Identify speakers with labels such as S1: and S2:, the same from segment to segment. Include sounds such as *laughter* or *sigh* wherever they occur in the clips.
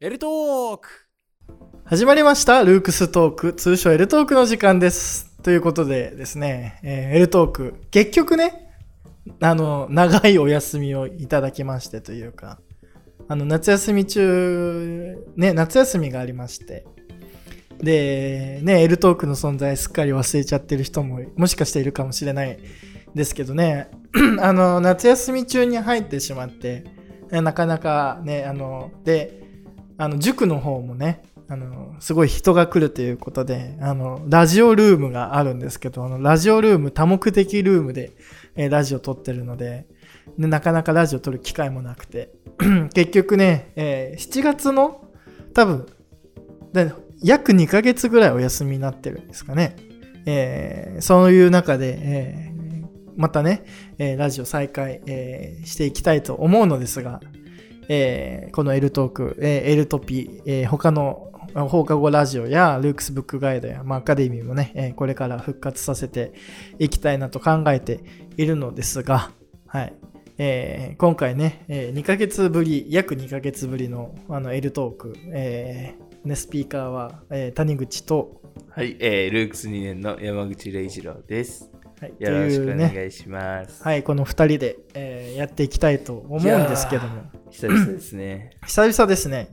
S1: エルトーク
S2: 始まりました。ルークストーク、通称エルトークの時間です。ということでですね、えー、エルトーク、結局ね、あの、長いお休みをいただきましてというか、あの、夏休み中、ね、夏休みがありまして、で、ね、エルトークの存在すっかり忘れちゃってる人も、もしかしているかもしれないですけどね、 *clears throat* あの、夏休み中に入ってしまって、なかなかね、あの、で、あの、塾の方もね、あの、すごい人が来るということで、あの、ラジオルームがあるんですけど、あの、ラジオルーム、多目的ルームで、えーラジオ撮ってるので、でなかなかラジオ撮る機会もなくて、 *clears throat* 結局ね、えー7月の、多分、で約2ヶ月ぐらいお休みになってるんですかね。えーそういう中で、えーまたね、えーラジオ再開、えーしていきたいと思うのですが、えーこのエルトーク、えーエルトピ、えー他のあ放課後ラジオやルークスブックガイドや、まあ、アカデミーもね、えーこれから復活させていきたいなと考えているのですが、はい。えー今回ね、え2ヶ月ぶり、約2ヶ月ぶりのあのエルトーク、えーね、スピーカーは、えー谷口と、
S3: はい、えー、ルークス2年の山口礼一郎です。
S2: はい、
S3: よろし
S2: と
S3: く
S2: いう
S3: お
S2: ね、
S3: 願いします。
S2: はい、この2人で、えーやっていきたいと思うんですけども、
S3: 久々ですね。
S2: *coughs* 久々ですね。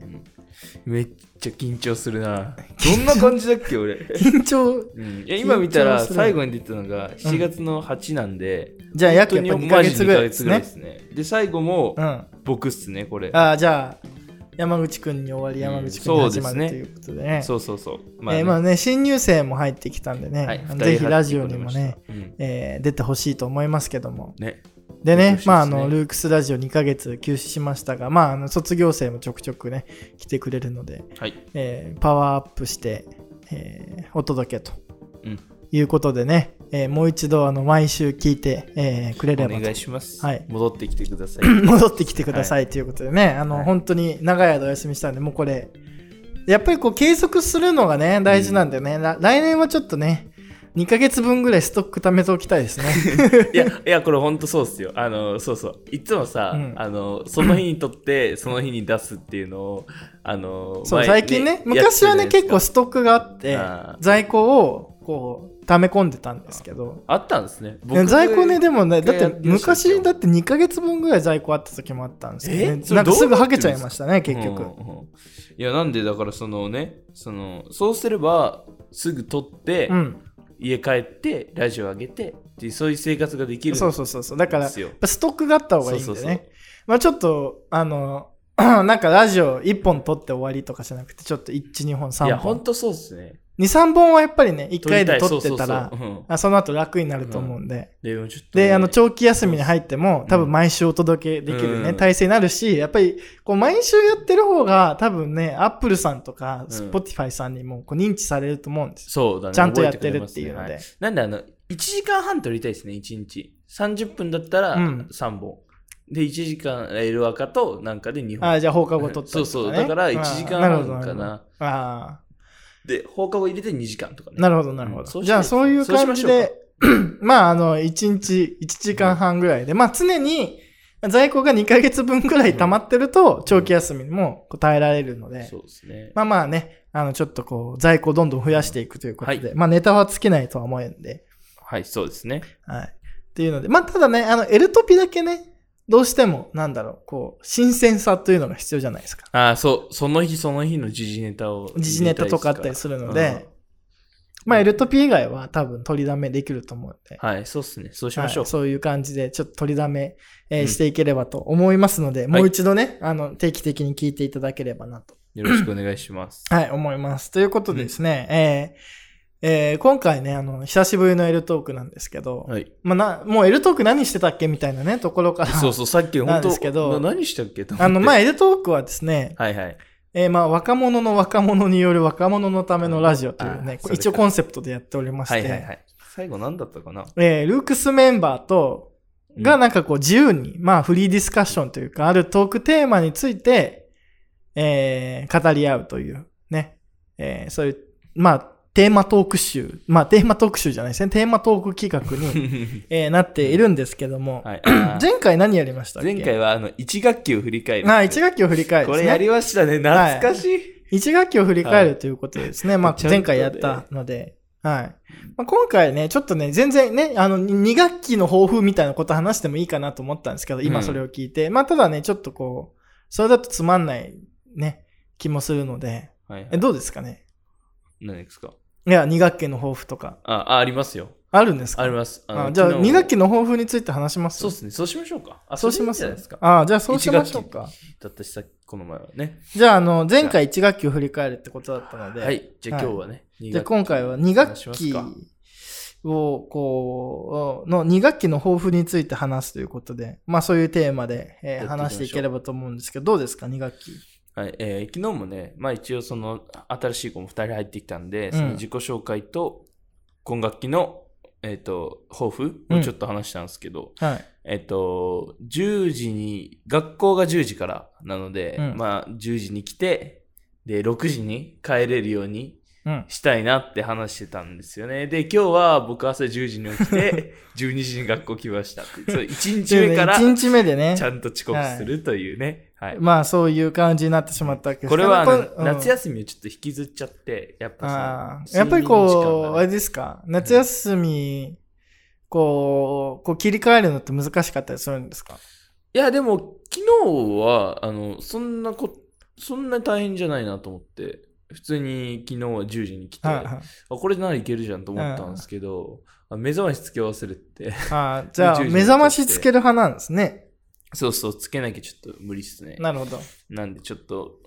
S3: めっちゃ緊張するな。どんな感じだっけ、
S2: *laughs*
S3: 俺。
S2: 緊張、
S3: うん、いや今見た
S2: 緊張
S3: ら
S2: する
S3: 最後に出たのが7月の8なんで、
S2: じゃあ約
S3: 本当に
S2: やっぱ2ヶ月ぐら
S3: マ
S2: い
S3: ジ2ヶ
S2: ですね
S3: ですね。で、最後も
S2: うん。
S3: 僕っすね、これ。
S2: ああ、じゃあ、山口くんに終わ
S3: う
S2: り、
S3: ん
S2: 山口くんに始ま
S3: そう
S2: る、
S3: ですね
S2: ということでね。
S3: そうそうそう。
S2: えーまあね、新入生も入ってきたんでね、
S3: はい二人
S2: ぜひラジオにも
S3: 入っ
S2: ね
S3: て、これました。
S2: えー出てほしいと思いますけども。
S3: うんね。出
S2: で
S3: て
S2: ね、
S3: ほしいですね
S2: まあ、あの、ルークスラジオ2ヶ月休止しましたが、まあ、あの卒業生もちょくちょくね、来てくれるので、
S3: はい。
S2: えーパワーアップして、えーお届けと
S3: うん
S2: いうことでね、えーもう一度、あの、毎週聞いて、えーくれれ
S3: お
S2: ば
S3: 願
S2: と
S3: いします。
S2: はい
S3: 戻ってきてください。 *laughs*
S2: 戻ってきてくださいということでね、あの、
S3: はい
S2: 本当に長い間お休みしたんで、もうこれ、やっぱりこう継続するのがね、大事なんでね、ら来年はちょっとね、2ヶ月分ぐらいストック貯めておきたいで
S3: *laughs*
S2: すね。
S3: いや、いや、これほんとそうっすよ。あの、そうそう。いつもさ、
S2: うん
S3: あの、その日に撮って、その日に出すっていうのを、あの、
S2: そう、
S3: 前
S2: 最近ね、昔はね、
S3: やってたじゃな
S2: 結構。
S3: いですか
S2: ストックがあって
S3: あ、ー
S2: 在庫をこう、溜め込んでたんですけど、
S3: あったんですね。
S2: ね在庫ね、でもね、
S3: 一
S2: だ
S3: 回
S2: っ
S3: や
S2: て
S3: りましたよ
S2: 昔、だって2ヶ月分ぐらい在庫あった時もあったんですけど、ね
S3: え、それ
S2: なんかす
S3: ど
S2: ぐ
S3: うな
S2: は
S3: っ
S2: け
S3: てるんですか
S2: ちゃいましたね、結
S3: う
S2: 局。
S3: んうんいや、なんで、だからそのね、その、そうすれば、すぐ撮って、
S2: うん
S3: 家帰って、ラジオ上げて、っていう、そういう生活ができるんです
S2: そ
S3: よ。
S2: うそうそうそう。だから、やっ
S3: ですよ
S2: ぱストックがあった方がいいんでね。
S3: そうそうそう
S2: まあちょっと、あの、 *clears throat* なんかラジオ1本撮って終わりとかじゃなくて、ちょっと1、2本、
S3: い
S2: 3
S3: や、ほ
S2: 本
S3: ん。とそうっすね。
S2: 2、3本はやっぱりね、1
S3: 撮り
S2: 回
S3: た
S2: で
S3: い
S2: 撮って
S3: そう
S2: た
S3: そう
S2: ら
S3: そう、うん
S2: あその後楽になると思うんで。
S3: でもちょっとね
S2: で、あの、長期休みに入っても、多分毎週お届けできるね、
S3: うん
S2: 体制になるし、やっぱり、こう、毎週やってる方が、多分ね、アップルさんとか、
S3: うん
S2: スポティファイさんにも、こう、認知されると思うんですよ。
S3: そうだね。
S2: ちゃんとやっ
S3: 覚え
S2: て
S3: くれ
S2: る
S3: ま
S2: っ
S3: す
S2: て
S3: ね
S2: いうの
S3: は
S2: で。
S3: なんであの、1時間半撮りたいですね、1日。30分だったら
S2: うん
S3: 3本。で、1時間、エルアカとなんかで2本。
S2: あじゃあ放課後撮ったりとか、
S3: そう
S2: ね。
S3: そう、だから1時間半
S2: あー
S3: かな。。
S2: ああー。
S3: で、放課後入れて2時間とかね。
S2: なるほど、なるほ
S3: うんそ
S2: ど。
S3: うし
S2: じゃあ、そういう
S3: そうし
S2: 感
S3: まし
S2: じ
S3: ょうか
S2: で、まあ、あの、1日、1時間半ぐらいで、まあ、常に、在庫が2ヶ月分ぐらい溜まってると、長期休みにもこう耐えられるので、
S3: そうですね。
S2: まあまあね、あの、ちょっとこう、在庫をどんどん増やしていくということで、
S3: はい
S2: まあ、ネタは尽きないとは思うんで、
S3: はい、そうですね。
S2: はい。っていうので、まあ、ただね、あの、エルトピだけね、どうしても、なんだろう、こう、新鮮さというのが必要じゃないですか。
S3: ああ、そう、その日その日の時事ネタを。
S2: 時事ネタとかあったりするので、まあ、エルトピ以外は多分取りだめできると思うんで、
S3: うんはい、そうですね。そうしましょう
S2: はい。そういう感じで、ちょっと取りだめ、えー
S3: うん
S2: していければと思いますので、
S3: い
S2: もう一度ね、あの、定期的に聞いていただければなと、
S3: よろしくお願いし
S2: *clears throat*
S3: ます。
S2: はい、思います。ということでですね、えーえー今回ね、あの、久しぶりの L トークなんですけど、
S3: はい。
S2: まあ、な、もう L トーク何してたっけみたいなね、ところから、
S3: そうそう、さっき
S2: な
S3: 本
S2: ん
S3: 当
S2: ですけど
S3: な何したっけと思って
S2: あの、まあ、L トークはですね、
S3: はいはい。
S2: えーまあ、若者の若者による若者のためのラジオという
S3: う
S2: ね
S3: ん、あー
S2: 一応コンセプトでやっておりまして、
S3: はいはいはい。最後何だったかな
S2: えールークスメンバーと、がなんかこう自由に、まあフリーディスカッションというか、あるトークテーマについて、えー語り合うというね、えーそういう、まあテーマトーク集、まあテーマトーク集じゃないですね、テーマトーク企画
S3: *laughs*
S2: に、えーなっているんですけども、
S3: はい、
S2: 前回何やりましたっけ
S3: 前回はあの1学期を振り返る。
S2: まあ1学期を振り返る
S3: こ
S2: です
S3: れや
S2: ね。
S3: りましたね。懐かしい。
S2: 1学期を振り返るということですね。まあ
S3: ちゃんとね
S2: 前回やったので。はい。まあ、今回ね、ちょっとね、全然ね、あの、2学期の抱負みたいなこと話してもいいかなと思ったんですけど、今それを聞いて。まあただね、ちょっとこう、それだとつまんないね、気もするので。
S3: はい、は
S2: え
S3: い。
S2: どうですかね
S3: 何ですか
S2: いや、2学期の抱負とか、
S3: ああ、ありますよ。
S2: あるんですか
S3: あります。
S2: あ
S3: の
S2: じゃあ、
S3: 昨日
S2: 2学期の抱負について話します
S3: そうですね。そうしましょうか。あ
S2: そうします
S3: それでいいんじゃないですか。
S2: ああ、じゃあそうしましょうか。
S3: だったしさ、この前はね。
S2: じゃあ、あの、前回1学期を振り返るってことだったので、
S3: はい。じゃあ
S2: はい
S3: 今日はね。
S2: じゃあ今回は2学期を、こう、の2学期の抱負について話すということで、まあそういうテーマで、えー
S3: やっていきましょう
S2: 話していければと思うんですけど、どうですか、2学期。
S3: はい、えー昨日もね、まあ一応その新しい子も2人入ってきたんで、
S2: ん
S3: その自己紹介と今学期の、えっと抱負をちょっと話したんですけど、
S2: はい。
S3: えっと、10時に、学校が10時からなので、
S2: うん
S3: まあ10時に来て、で、6時に帰れるように
S2: うん。
S3: したいなって話してたんですよね。で、今日は僕朝10時に起き
S2: *laughs*
S3: て、12時に学校来ましたって。そう、1日目から
S2: 1日目でね
S3: ち、ゃんと遅刻するというね。はい。
S2: まあそういう感じになってしまったわけです
S3: これはあの夏
S2: 休
S3: 休みをちょっと引きずっちゃって、やっ
S2: あ
S3: ぱ
S2: あ
S3: その
S2: やっぱり
S3: 睡眠の
S2: こ
S3: 時間
S2: う、あ
S3: が
S2: れ
S3: ね
S2: ですか、夏休み、こう、こう切り替えるのって難しかったりするんですか
S3: いや、でも昨日は、あの、そんなこ、そんな大変じゃないなと思って、普通に昨日は10時に来て、
S2: はいはい
S3: あ、これならいけるじゃんと思ったんですけど、あ目覚ましつけ忘れて、 *laughs*
S2: ああじゃあ、
S3: 宇宙人
S2: 目覚ましつける派なんですね。
S3: そうそう、つけなきゃちょっと無理っすね。
S2: なるほど。
S3: なんでちょっと、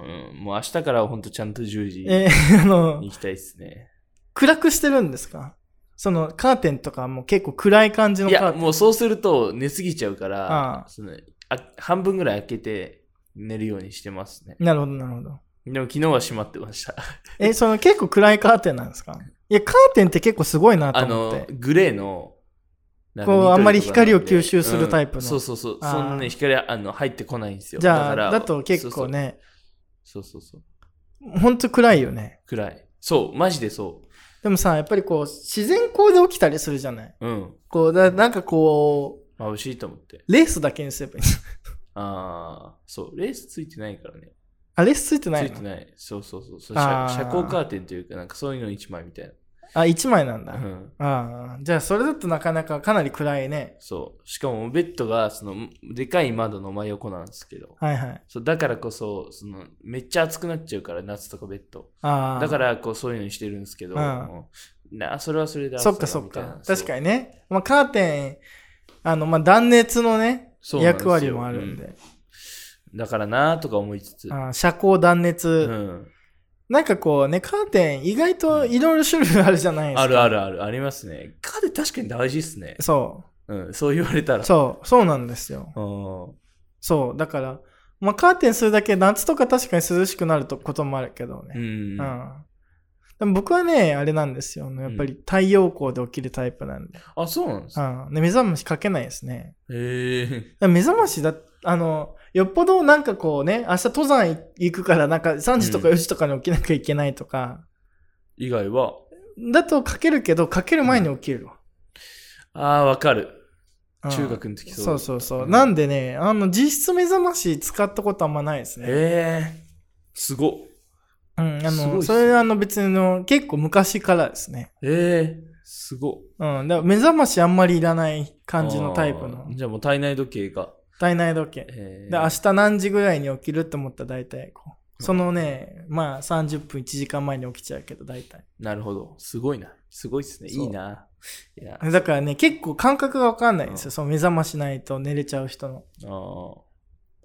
S3: うん、もう明日からはほんとちゃんと10時に
S2: えーあの、
S3: 行きたいっすね。
S2: 暗くしてるんですかその、カーテンとかも結構暗い感じの
S3: い
S2: カー
S3: や、
S2: テン。
S3: もうそうすると寝すぎちゃうか
S2: あ
S3: ら
S2: あ、
S3: そのあ半分ぐらい開けて寝るようにしてますね。
S2: なるほど、なるほど。
S3: でも昨日は閉まってました。
S2: え、その結構暗いカーテンなんですかいや、カーテンって結構すごいなと
S3: あ
S2: 思っ
S3: の
S2: て。
S3: グレーのなんか
S2: こう
S3: 緑とか
S2: あんまり光を
S3: なんで
S2: 吸収するタイプの
S3: うんそうそうそう
S2: あー
S3: そんなね光あの入ってこないんですよ
S2: じゃあ、
S3: から
S2: だと結構ね、
S3: そうそうそうそう
S2: ほんと暗いよね。
S3: 暗いそうマジでそ
S2: でもさ、やっぱりこう、自然光で起きたりするじゃないう
S3: うん
S2: こう、だなんかこう、
S3: 眩しいと思って
S2: レースだけにすればいい。
S3: ああそうレースついてないからね
S2: あ、レースついてないの
S3: ついてないそうそうそうそう
S2: あ
S3: 遮
S2: ー
S3: 遮光カーテンというかなんかそういうの一枚みたい
S2: あ、1枚なんだ。
S3: な、うん、
S2: ああ、じゃあそれだとなかなかかなり暗いね。
S3: そうしかもベッドがそのでかい窓の真横なんですけど
S2: はいはい。
S3: そうだからこそそのめっちゃ暑くなっちゃうから夏とかベッド
S2: ああ。
S3: だか、らこうそういうのにしてるんですけど、
S2: うん
S3: うんなそれはそれで
S2: そっかそっか。確か
S3: に
S2: にね。まあカーテン、あの、まあ断熱のね、
S3: そうなんです
S2: 役
S3: よ
S2: 割もあるんで。
S3: だからなーとか思いつつ、
S2: ああ遮光
S3: う
S2: 断熱、
S3: ん、
S2: なんかこうね、カーテン意外といろいろ種類あるじゃないですか。
S3: あるあ。るあるありますねカーテン確かに大事ですね、
S2: そ
S3: うん、そう言われたら
S2: う。そう。そうなんですよ。
S3: うん
S2: そう。だから、まあカーテンするだけ夏とか確かに涼しくなるとこともあるけど
S3: う
S2: ね。
S3: ん、
S2: う
S3: あ
S2: ん。でも僕はね、あれなんですよ。やっぱり太陽光で起きるタイプなんで。
S3: そうなんですか
S2: うん。で、目覚ましかけないですね。
S3: へえ
S2: だから目覚ましだ、あの、よっぽどなんかこうね、明日登山い行くからなんか3時とか
S3: うん
S2: 4時とかに起きなきゃいけないとか、
S3: 以外は
S2: だとかけるけど、かける前に起きるわ。
S3: ああわかる
S2: うん
S3: 中学の時そう
S2: そうそうそう。
S3: うん
S2: なんでね、あの、実質目覚まし使ったことあんまないですね。
S3: へえすごっ
S2: うん、あ
S3: すごい
S2: の、
S3: っす
S2: そ
S3: ね
S2: れはあの別の、結構昔からですね。
S3: ええすごっ
S2: うん、だから目覚ましあんまりいらない感じのタイプ
S3: あ
S2: の
S3: ーじゃあもう体内時計が、
S2: 体内時計。
S3: えー
S2: で、明日何時ぐらいに起きるって思ったら大体こう。そのね、まあ30分1時間前に起きちゃうけど大体。
S3: なるほどすごいなすごいっすねい
S2: そう
S3: いないや
S2: だからね、結構感覚がわかんないんで
S3: う
S2: すよ。
S3: ん
S2: その目覚ましないと寝れちゃう人の。
S3: あー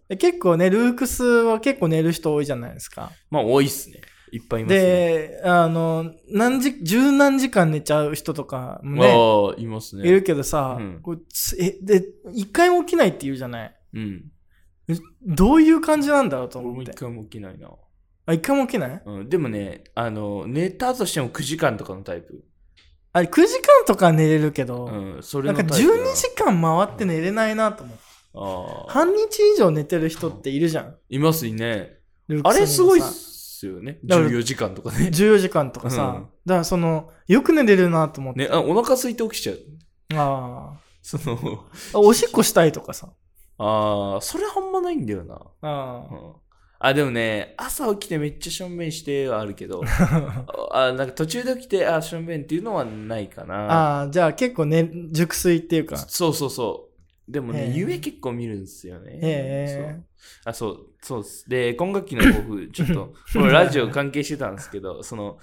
S2: で結構ね、ルークスは結構寝る人多いじゃないですか。
S3: まあ多いっすね。いっぱいいますね。
S2: で、あの、何時、十何時間寝ちゃう人とかもね、
S3: ああ、いますね。
S2: いるけどさ、
S3: うん
S2: こうつえ、で、一回も起きないって言うじゃない
S3: うん。
S2: えどういう感じなんだろうと
S3: 俺も
S2: 思っ
S3: 一
S2: て。
S3: 回も起きないな。
S2: あ、一回も起きない
S3: うん、でもね、あの、寝たとしても9時間とかのタイプ。
S2: あれ、9時間とか寝れるけど、
S3: うん、それ
S2: なん
S3: の
S2: か
S3: タイプ。
S2: 12時間回って寝れないなと思って。
S3: ああ。
S2: 半日以上寝てる人っているじゃん。
S3: いますね。
S2: ルー
S3: あ
S2: クスにも
S3: れすごいっ
S2: さ
S3: すすよね。
S2: だから
S3: 14時間とかね。
S2: 14時間とかさ、
S3: うん
S2: だからその、よく寝れるなと思って。
S3: ね、あ、お腹空いて起きちゃう。 *laughs*
S2: あ
S3: その、
S2: あ。おしっこしたいとかさ。
S3: あー、それあんまないんだよな。
S2: あ
S3: うん。あ、でもね、朝起きてめっちゃしょんべんしてはあるけ
S2: *laughs*
S3: ど、
S2: あ
S3: あ、なんか途中で起きて、あ、しょんべんっていうのはないかな。
S2: ああ、じゃあ結構ね、熟睡っていうか。
S3: そうそうそう。でもね、
S2: ええ
S3: 夢結構見るんですよね。
S2: え
S3: そ
S2: え
S3: うあ、そう、そうです。で、今学期の抱負、ちょっ
S2: *laughs*
S3: と、これラジオ関係してたんですけど、その、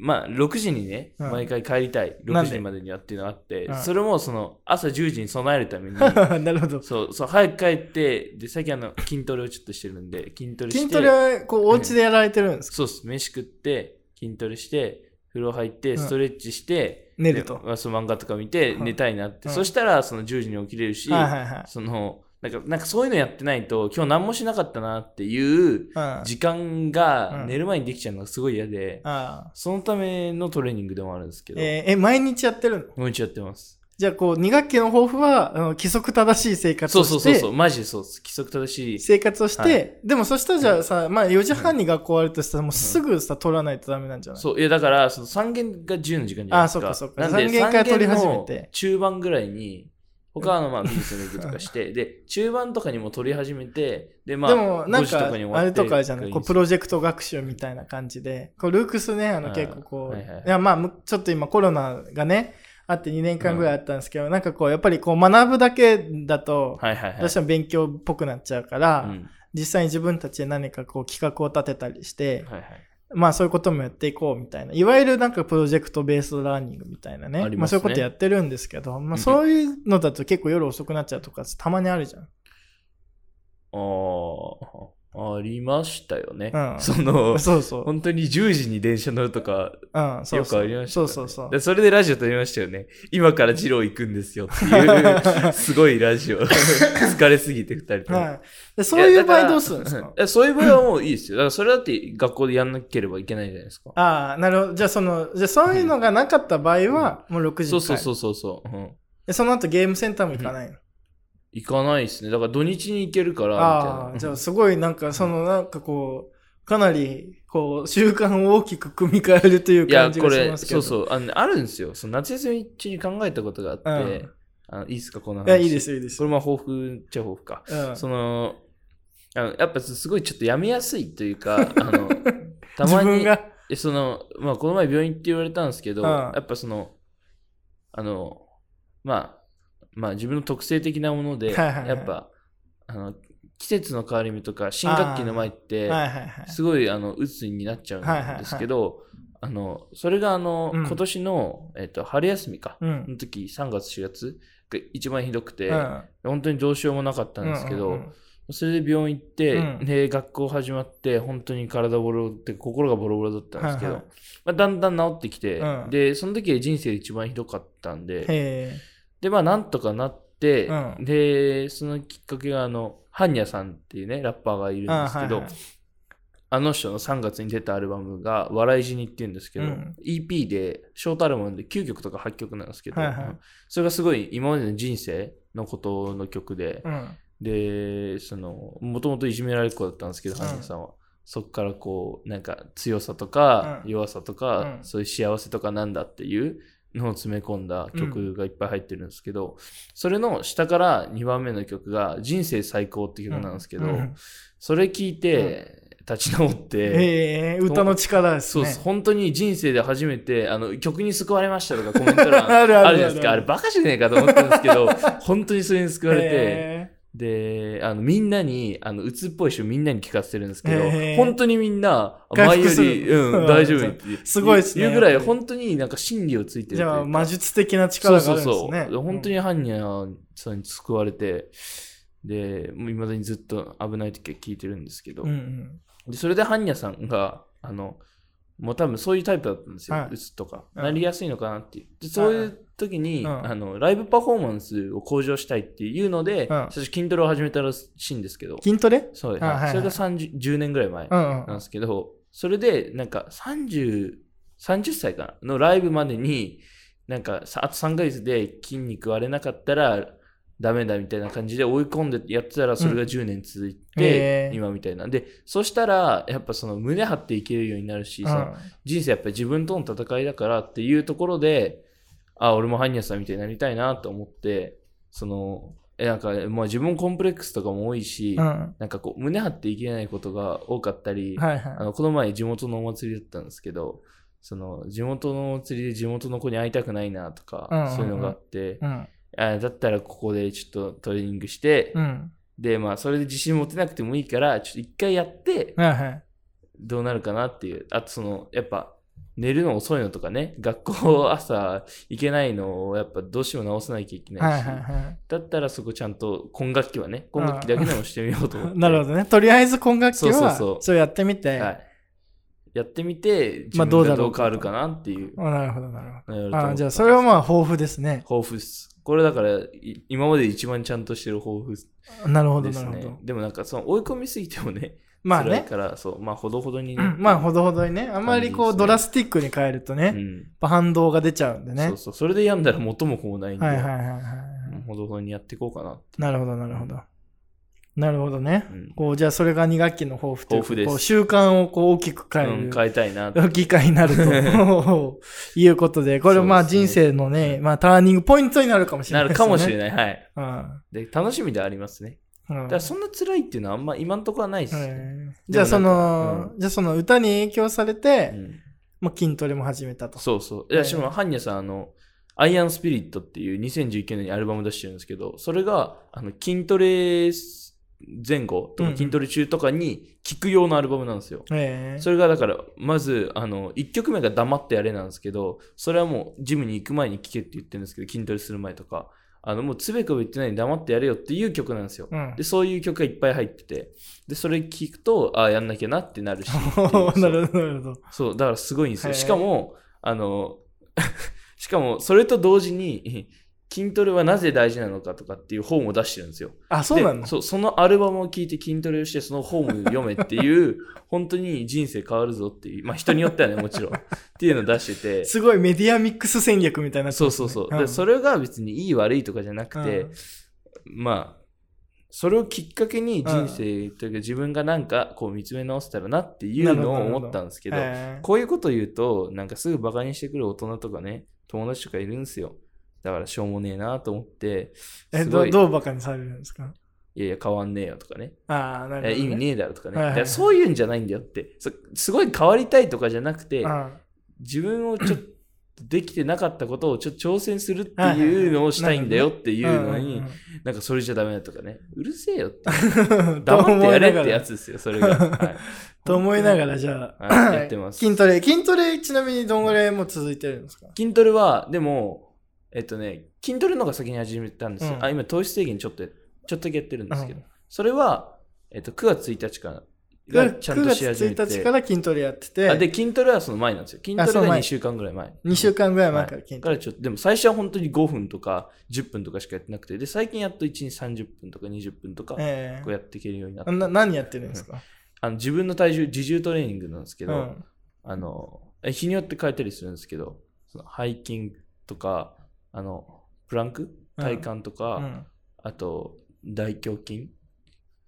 S3: まあ、6時にね、
S2: うん
S3: 毎回帰りたい。6
S2: なんで
S3: 時までにはっていうのがあって、
S2: うん
S3: それもその、朝10時に備えるために、
S2: *laughs* なるほど。
S3: そう、そう、早く帰って、で、最近あの、筋トレをちょっとしてるんで、筋トレして。
S2: 筋トレは、こう、お家でやられてるんですか、
S3: そうっす。飯食って、筋トレして、風呂入っ
S2: ん
S3: て、ストレッチして、
S2: 寝ると
S3: でまあその漫画とか見て、
S2: うん
S3: 寝たいなって。
S2: うん
S3: そしたら、その10時に起きれるし、
S2: はいはいはい。
S3: その、なんか、なんかそういうのやってないと、今日何もしなかったなっていう
S2: うん、あ
S3: 時間
S2: う
S3: が
S2: ん
S3: 寝る前にできちゃうのがすごい嫌で、
S2: あ
S3: そのためのトレーニングでもあるんですけど、
S2: えーえ、毎日やってるの
S3: もう一度やってます。
S2: じゃあこう、2学期の抱負は、あの規則正しい生活
S3: そ
S2: を
S3: うそう
S2: し
S3: そうそう、
S2: て、
S3: マジでそうっす。規則正しい。
S2: 生活をして、
S3: は
S2: でもそしたらじゃあさ、まあ4時半に学校終わるとしたら、もうすぐさ、取らないとダメなんじゃない
S3: そう、いやだから、その3限が自由の時間じゃないですか。
S2: あそうかそうか
S3: なんで
S2: 三限から取り始めて
S3: 三限の中盤ぐらいに、他
S2: *laughs*
S3: のまあビジネスの行くとかして、で、中盤とかにも取り始めて、で、まあ、
S2: でも、なん
S3: 5時と
S2: か
S3: に終わ、って
S2: あれとかじゃない、こう、プロ
S3: ジェ
S2: ジェクト学習みたいな感じで、こう、ルークスね、あの、
S3: あー
S2: 結構こう、
S3: はいいはい
S2: や、まあむ、ちょっと今コロナがね、あって2年間ぐらいあったんですけど、なんかこう、やっぱりこう、学ぶだけだと、
S3: はいはいはい。
S2: どうしても勉強っぽくなっちゃうから、
S3: うん
S2: 実際に自分たちで何かこう、企画を立てたりして、
S3: はいはい
S2: まあ、そういうこともやっていこうみたいな、いわゆるなんかプロジェクトベースドラーニングみたいなね、
S3: あり
S2: まあ、
S3: ます
S2: そう
S3: ね
S2: いうことやってるんですけど、ま
S3: う
S2: あ、
S3: ん
S2: そういうのだと結構夜遅くなっちゃうとか、たまにあるじゃん。
S3: あーありましたよね。
S2: うん
S3: その、
S2: *laughs* そうそう。
S3: 本当に10時に電車乗るとか、
S2: うん、そう
S3: よく
S2: そう。
S3: ありました
S2: そ
S3: ね、
S2: うそうそう
S3: で。それでラジオ撮りましたよね。今から二郎行くんですよっていう、すごいラジ
S2: *laughs*
S3: オ。疲れすぎて二人とも。
S2: はい、でそういう場
S3: やだから
S2: 合どうするんですか
S3: うんえそういう場合はもういいですよ。だからそれだって学校でやんなければいけないじゃないですか。
S2: ああ、なるほど。じゃあ、その、じゃあそういうのがなかった場合は、もう6時に帰
S3: そうそ
S2: る
S3: うそうそうそう、うん。
S2: で、その後ゲームセンターも行かないの。
S3: 行かないですね。だから土日に行けるから、みたい
S2: ああ、
S3: な。
S2: じゃあ、すごい、なんか、その、なんかこう、かなり、こう、習慣を大きく組み替えるという
S3: いや、
S2: 感じ
S3: こ
S2: がしま
S3: れ、
S2: すけど。。
S3: そうそううあのね、あるんですよ。その夏休み中に考えたことがあって、
S2: うん
S3: あのいいですか、この
S2: い
S3: 話。
S2: や、いいですよ、いいです
S3: これ
S2: よ。
S3: も抱負っちゃ抱負か。
S2: うん。
S3: そのあのやっぱすごいちょっとやめやすいというか
S2: *laughs*
S3: あのた
S2: 自
S3: まに
S2: 分が、
S3: えその、まあ、この前病院って言われたんですけど、
S2: うん
S3: やっぱそのあの、まあ、まあ自分の特性的なもので、
S2: はいはいはい
S3: やっぱあの季節の変わり目とか新学期の前って
S2: はいはいはい。
S3: すごいあの鬱になっちゃうんですけど、あのそれがあの、
S2: うん
S3: 今年の、えっと、春休みか、
S2: うん。
S3: の時3月4月が一番ひどくて、
S2: うん
S3: 本当にどうしようもなかったんですけど、
S2: うんうんうん
S3: それで病院行って、
S2: うん
S3: で学校始まって本当に体ボロって心がボロボロだったんですけど、
S2: はいはい
S3: まあ、だんだん治ってきて、
S2: うん
S3: でその時は人生で一番ひどかったん
S2: へ
S3: で
S2: え。
S3: でまあなんとかなって、
S2: うん
S3: でそのきっかけがあのハンニャさんっていうねラッパーがいるん
S2: あ
S3: ですけどあ,、
S2: はいはい
S3: の人の3月に出たアルバムが「笑い死に」っていうんですけど、
S2: うん
S3: EP でショートアルバムで9曲とか8曲なんですけど、
S2: はいはい
S3: うんそれがすごい今までの人生のことの曲で、
S2: うん。
S3: でそのもともといじめられっ子だったんですけど、
S2: うん
S3: ハンニャさんはそこからこうなんか強さとか
S2: うん
S3: 弱さとか、
S2: うん
S3: そういう幸せとかなんだっていうのを詰め込んだ曲がいっぱい入ってるんですけど、それの下から2番目の曲が「人生最高」って曲なんですけど、
S2: ううん
S3: それ聞いて立ち直って。
S2: へえ、歌の力です
S3: そう
S2: ね。
S3: です、本当に人生で初めてあの曲に救われましたとかコメント欄
S2: *laughs* あるある
S3: あ
S2: ある
S3: るじゃないですかあれバカじゃねえかと思ったんですけど本当にそれに救われて
S2: へ
S3: で、あの、みんなに、あの、うつっぽい詩をみんなに聞かせてるんですけ
S2: へー
S3: ど、本当にみんな、あ
S2: 回
S3: 前
S2: 復
S3: よ
S2: する
S3: り、うん、大丈夫って言う。
S2: すごいっすね
S3: 言うぐらい、
S2: やっぱり
S3: 本当になんか真理をついてる
S2: え
S3: とい
S2: じ
S3: うか
S2: ゃあ、魔術的な力があるんですね。
S3: そうそうそう。本当
S2: に。
S3: に犯人さんに救われて、で、もう未だにずっと危ない時は聞いてるんですけど、
S2: うんうん。
S3: でそれで般若さんがあのもう多分そういうタイプだったんですよ、
S2: はいう
S3: つとか、
S2: うん
S3: なりやすいのかなっていうでそういう時に、
S2: うん
S3: あのライブパフォーマンスを向上したいっていうので、
S2: うん
S3: 最初筋トレを始めたらしいんですけど
S2: 筋トレ
S3: そう、
S2: あはいはい
S3: それが30 10年ぐらい前
S2: う
S3: なん
S2: うん。
S3: んですけど、それでなんか3030歳かなのライブまでになんかさあと3ヶ月で筋肉割れなかったらダメだみたいな感じで追い込んでやってたらそれが10年続い
S2: へ
S3: て
S2: ー
S3: 今みたいなんでそしたらやっぱその胸張っていけるようになるしその人生やっぱり自分との戦いだからっていうところであ俺もハニヤさんみたいになりたいなと思ってそのえなんかまあ自分もコンプレックスとかも多いし、
S2: うん。うん
S3: なんかこう胸張っていけないことが多かったり、
S2: はい
S3: あ
S2: は
S3: のこの前地元のお祭りだったんですけどその地元のお祭りで地元の子に会いたくないなとか、
S2: うんうんうん
S3: そういうのがあって
S2: い。、うん。
S3: あだったらここでちょっとトレーニングして、
S2: うん。
S3: でまあそれで自信持てなくてもいいからちょっと一回やって
S2: はいはい。
S3: どうなるかなっていうあとそのやっぱ寝るの遅いのとかね学校朝行けないのをやっぱどうしても直さなきゃいけ
S2: は
S3: ないいし、
S2: はいはい。
S3: だったらそこちゃんと今学期はね今学期だけでもしてみようと思って
S2: *laughs* なるほどね。とりあえず今学期
S3: そう
S2: は、
S3: そうそう
S2: それやってみて。
S3: はい、やってみて自
S2: まあ
S3: 分
S2: ど
S3: が
S2: うだろ
S3: ど
S2: う
S3: う変わるかなっていう、
S2: あなるほど、なるほ
S3: やると思
S2: ど。あ
S3: う
S2: じゃあ、それはまあ、豊富ですね。
S3: 抱負っすこれだからい今まで一番ちゃんとしてる抱負っす
S2: なるほど、
S3: です
S2: なるほ
S3: ね
S2: ど。
S3: でもなんかその追い込みすぎてもね
S2: まあ
S3: 辛い
S2: ね。
S3: からそうまあほどほどに
S2: う
S3: ね、
S2: んまあ、ほどほどにね。あんまりこ
S3: 感じです
S2: う、
S3: ね
S2: ドラスティックに変えるとね、
S3: う
S2: やっ
S3: ん
S2: ぱ反動が出ちゃうんでね
S3: そう。そうそれで病んだら元も子もないんで、
S2: はいはいはいはい。
S3: うんほどほどにやっていこうかな
S2: なるほど、なるほど。なるほどね。
S3: うん
S2: こう、じゃあ、それが2学期の抱負というか
S3: 抱負です
S2: こう習慣をこう、大きく変える。
S3: うん変えたいなって
S2: 機会になるということで、これまあ
S3: そうで
S2: 人
S3: すね
S2: 生のね、まあターニングポイントになるかもしれ
S3: な
S2: ない
S3: る
S2: です
S3: か
S2: よね。
S3: もしれない、はい
S2: うん
S3: で楽しみではありますね
S2: うん
S3: だからそんな辛いっていうのはあんま今んとこはないです、ね
S2: えーじゃあその、じゃあその歌に影響されて、
S3: うん
S2: まあ、筋トレも始めたと。
S3: そうそう。い
S2: え
S3: や、
S2: ー
S3: しかも、ハンニャさん、あの、アイアンスピリットっていう2019年にアルバム出してるんですけど、それが、あの、筋トレ前後と
S2: うんう
S3: か
S2: ん
S3: 筋トレ中とかに聴く用のアルバムなんですよ。
S2: ええ
S3: それがだから、まず、あの、1曲目が黙ってやれなんですけど、それはもう、ジムに行く前に聴けって言ってるんですけど、筋トレする前とか、あの、もう、つべこべ言ってないで黙ってやれよっていう曲なんですよ。
S2: うん
S3: で、そういう曲がいっぱい入ってて、で、それ聴くと、ああ、やんなきゃなってな
S2: *laughs*
S3: るし。
S2: おーなるほど、なるほど。
S3: そう、だからすごいんですよ。
S2: へー
S3: しかも、あの、 *laughs* しかも、それと同時に、 *laughs* 筋トレはなぜ大事なのかとかっていう本を出してるんですよ。
S2: あ、そうな
S3: で
S2: の
S3: そうそのアルバムを聴いて筋トレをして、その本を読めって
S2: *laughs*
S3: いう、本当に人生変わるぞっていう、まあ人によってはね、もちろん。っていうのを出して
S2: *laughs*
S3: て。
S2: すごいメディアミックス戦略みたいになって
S3: そう
S2: ます
S3: そ
S2: ね、
S3: うそう。
S2: う
S3: で、
S2: ん
S3: それが別にいい悪いとかじゃなくて、
S2: うん
S3: まあ、それをきっかけに人生というか自分がなんかこう見つめ直せたらなっていうのを思ったんですけど、
S2: ええ
S3: こういうこと言うと、なんかすぐバカにしてくる大人とかね、友達とかいるんですよ。だからしょうもねえなと思って、
S2: え
S3: すご
S2: ど
S3: い、
S2: どうバカにされるんですか
S3: いやいや変わんねえよとかね、
S2: ああ、なるほど、
S3: え意味ねえだろとかね、
S2: はいは
S3: だ
S2: い
S3: からそういうんじゃないんだよって、そすごい変わりたいとかじゃなくて
S2: う、ん
S3: 自分をちょっとできてなかったことをちょっと挑戦するって
S2: はいはい
S3: い
S2: はいう
S3: のをしたいんだよっていうの
S2: う
S3: に
S2: んうん、
S3: なんかそれじゃダメだとかね、うるせえよって、
S2: うん
S3: *laughs*
S2: *laughs* と
S3: 黙っ
S2: 思
S3: て
S2: い
S3: やれっ
S2: なが
S3: てや
S2: ら、
S3: つですよ、それが。はい
S2: *laughs* と思いながらじゃあ、
S3: はい
S2: *laughs*
S3: やってます
S2: 筋トレ、筋トレちなみにどんぐらいもう続いてるんですか
S3: 筋トレはでもえっとね筋トレの方が先に始めたんですよ、
S2: うん
S3: あ今糖質制限ちょっとやちょっとだけやってるんですけど、
S2: うん
S3: それは、えっと、9月1日からが
S2: ?9
S3: ち
S2: 月
S3: ゃんとし始めて
S2: 1日から筋トレやってて、
S3: あで筋トレはその前なんですよ筋ト
S2: あそ
S3: レ
S2: の
S3: が
S2: 前
S3: 2週間ぐらい前
S2: 2週間ぐらい前から
S3: は
S2: 筋
S3: い
S2: ト
S3: か
S2: レ。
S3: らちょっとでも最初は本当に5分とか10分とかしかやってなくてで最近やっと1日30分とか20分とかこ
S2: え
S3: うやっていけるようになって、
S2: えな何やってるんですか
S3: あの自分の体重自重トレーニングなんですけ
S2: う
S3: ど、
S2: ん。
S3: あの、え日によって変えたりするんですけど、そのハイキングとか、あの、プランク
S2: うん
S3: 体幹とか、
S2: うん
S3: あと、大胸筋。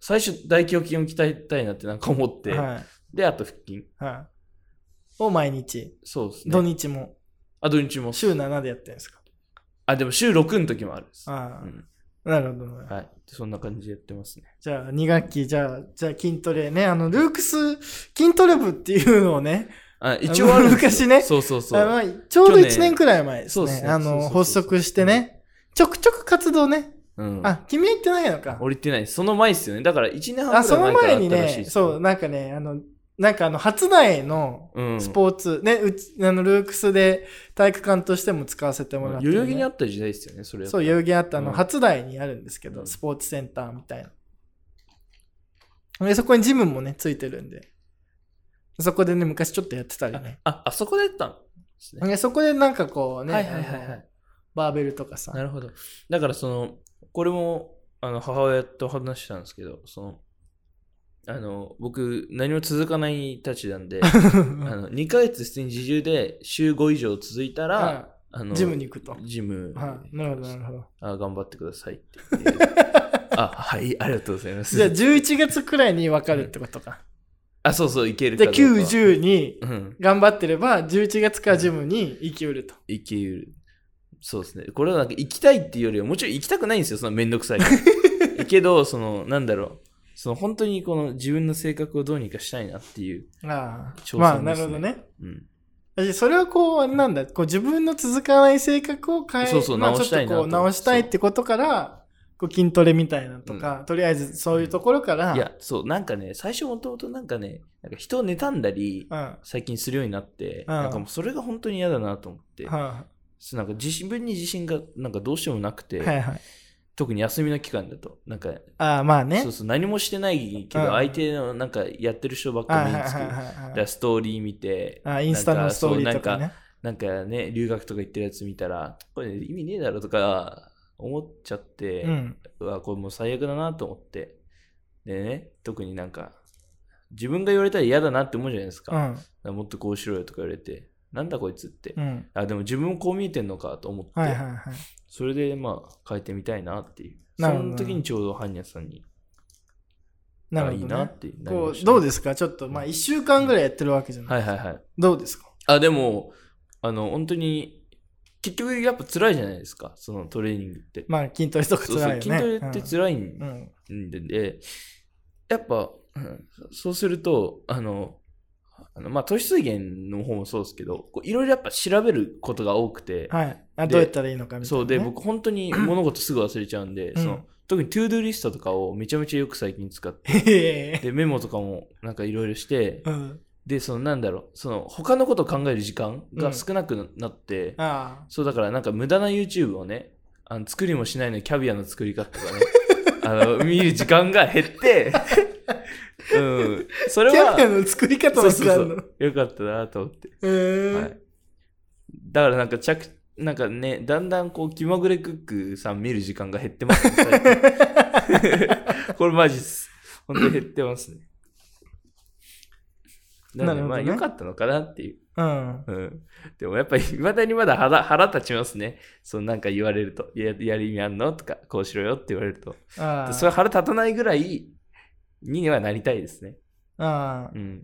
S3: 最初、大胸筋を鍛えたいなってなんか思って、
S2: は
S3: で、あと腹筋。
S2: い。はい。を毎日、
S3: そうです
S2: 土
S3: ね。
S2: 日も、
S3: あ、土日も。
S2: 週7でやってるんですか
S3: あ、でも週6の時もあるです。
S2: あ
S3: うん
S2: あ、なるほど。
S3: はい。そんな感じでやってますね。
S2: じゃあ、2学期、じゃあ、じゃあ筋トレね、あの、ルークス筋トレ部っていうのをね、
S3: あ、一応あるんですよ
S2: 昔ね
S3: そうそう
S2: あま
S3: そう。
S2: あちょうど
S3: 去年
S2: 1年くらい前で
S3: そう
S2: す
S3: ですね
S2: ね。
S3: そ
S2: あ
S3: うそう
S2: の、
S3: そう
S2: 発足してね、ちょくちょく活動ね。
S3: うん。
S2: あ、君は行ってないのか。
S3: 降りてない。その前っすよね。だから1年半
S2: あ、
S3: ぐら
S2: その
S3: い前から
S2: 前
S3: あっ
S2: に
S3: たらしい
S2: ね
S3: で、すよ
S2: そう、なんかね、あの、なんかあの、初代の
S3: うん。
S2: スポーツ、ね、うち、あの、ルークスで体育館としても使わせてもらって
S3: 代
S2: るね、
S3: 々木にあった時代ですよね、それは
S2: そう、代々木あったあ
S3: う
S2: の、
S3: ん
S2: 初台にあるんですけど、
S3: うん
S2: スポーツセンターみたいな。で、そこにジムもね、ついてるんで。そこでね、昔ちょっとやってたりね。
S3: あ、あそこでやったんですね。
S2: で、そこでなんかこうね、
S3: はいはいはいは
S2: あの
S3: い。
S2: バーベルとかさ。
S3: なるほど。だからその、これも、あの、母親と話したんですけど、その、あの、僕、何も続か
S2: *laughs*
S3: ないたちなんで、あの2ヶ月普通に自重で週5以上続いたら、あの
S2: ジムに行くと。
S3: ジム、
S2: はい。なるほど、なるほど。
S3: あ頑張ってくださいって言
S2: *laughs*
S3: ってあ、はい、ありがとうございます。
S2: じゃあ、11月くらいに分かるってことか。
S3: あ、そうそう、いけるかど
S2: で、
S3: うかは
S2: 9、10に
S3: うん、
S2: 頑張ってれば、11月からジムに行きうると。
S3: いける。そうですね。これはなんか行きたいっていうよりは、もちろん行きたくないんですよ、そのめんどく
S2: *laughs*
S3: さいから。いいけど、その、なんだろう。その本当にこの自分の性格をどうにかしたいなっていう。
S2: ああ、
S3: 挑戦ですね
S2: まあ、なるほどね。
S3: うん。
S2: 私それはこう、なんだ、こう自分の続かない性格を変え、
S3: そうそう
S2: まあ
S3: 直したいな
S2: ちょっとこう
S3: と
S2: 直したいってことから、こう筋トレみたいなとか、とりあえずそういうところから、
S3: いや、そう、なんかね、最初もともとなんかね、なんか人を妬んだり、
S2: うん、は
S3: 最近するようになって、
S2: うん
S3: なんかもうそれが本当に嫌だなと思って、
S2: いは
S3: そうなんか自分に自信がなんかどうしてもなくて、
S2: いはい。
S3: 特に休みの期間だと、なんか、
S2: ああ、まあね
S3: そう。そう、何もしてないけ
S2: う
S3: ど、
S2: ん
S3: 相手のなんかやってる人ばっ
S2: あ
S3: か
S2: あ
S3: り
S2: は
S3: に
S2: い
S3: つく。
S2: はい
S3: だか
S2: はいはい
S3: らストーリー見て、
S2: ああインスタのストーリーと
S3: な
S2: か
S3: んか
S2: ね。
S3: なんかね、留学とか行ってるやつ見たら、これ意味ねえだろとか思っちゃって、
S2: うん。
S3: うわ、これもう最悪だなと思って。でね、特になんか、自分が言われたら嫌だなって思うじゃないですか。
S2: う
S3: だか
S2: ん。
S3: らもっとこうしろよとか言われて、なんだこいつって。
S2: うん。
S3: あ、でも自分もこう見えてんのかと思って、
S2: はいはいはい。
S3: それでまあ変えてみたいなっていう。
S2: な
S3: そ
S2: るほどね
S3: の時にちょうどハンニャさんに、
S2: な
S3: あ
S2: る
S3: いい
S2: ほど、
S3: な
S2: ね
S3: っ。てなり
S2: こ
S3: まし
S2: う、
S3: たね
S2: どうですかちょっと、まあ、1週間ぐらいやってるわけじゃない。
S3: はいはいはい。
S2: どうですか
S3: あ、でも、あの、本当に、結局やっぱ辛いじゃないですか、そのトレーニングって。
S2: まあ、筋トレとか辛
S3: そう
S2: い
S3: そ
S2: よ
S3: う
S2: ね。
S3: 筋トレって辛いん
S2: うんうん。
S3: で、でやっぱ、うんそうすると、あの、あのまあ、都市水源の方もそうですけど、こういろいろやっぱ調べることが多くて、
S2: はい。あ
S3: で
S2: どうやったらいいのかみたい
S3: そ
S2: な、
S3: う
S2: ね。
S3: で、僕本当
S2: *clears throat*
S3: に物事すぐ忘れちゃうんで、
S2: うん
S3: その特にトゥードゥーリストとかをめちゃめちゃよく最近使って、
S2: へえ。
S3: で、メモとかもなんかいろいろして、
S2: *laughs* うん。
S3: で、そのなんだろう、その他のことを考える時間が少なくなって、
S2: あ
S3: そうだからなんか無駄な YouTube をね、あの作りもしないのにキャビアの作り方とかね、 *laughs* あの見る時間が減って、 *laughs* うん、そ
S2: あ。
S3: れ
S2: キャビア
S3: は
S2: の作り方
S3: そ
S2: も
S3: う
S2: 知
S3: そう
S2: ら
S3: そ
S2: んの。
S3: うよかったなと思って、
S2: へえ
S3: はい、だからなんか着なんかね、だんだんこう気まぐれクックさん見る時間が減ってます、ね、最近 *laughs* これマジっす。本当に減ってますね。なので、
S2: なるほどね
S3: まあ良かったのかなっていう。
S2: うん。
S3: うんでもやっぱり、いまだにまだ腹腹立ちますね。そうなんか言われると、ややる意味あんのとか、こうしろよって言われると。
S2: ああ。
S3: それは腹立たないぐらいにはなりたいですね。
S2: ああ
S3: うん。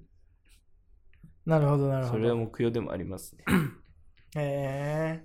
S2: なるほど、なる
S3: そ
S2: ほ
S3: れは
S2: ど。
S3: 目標でもありますね。
S2: へえ。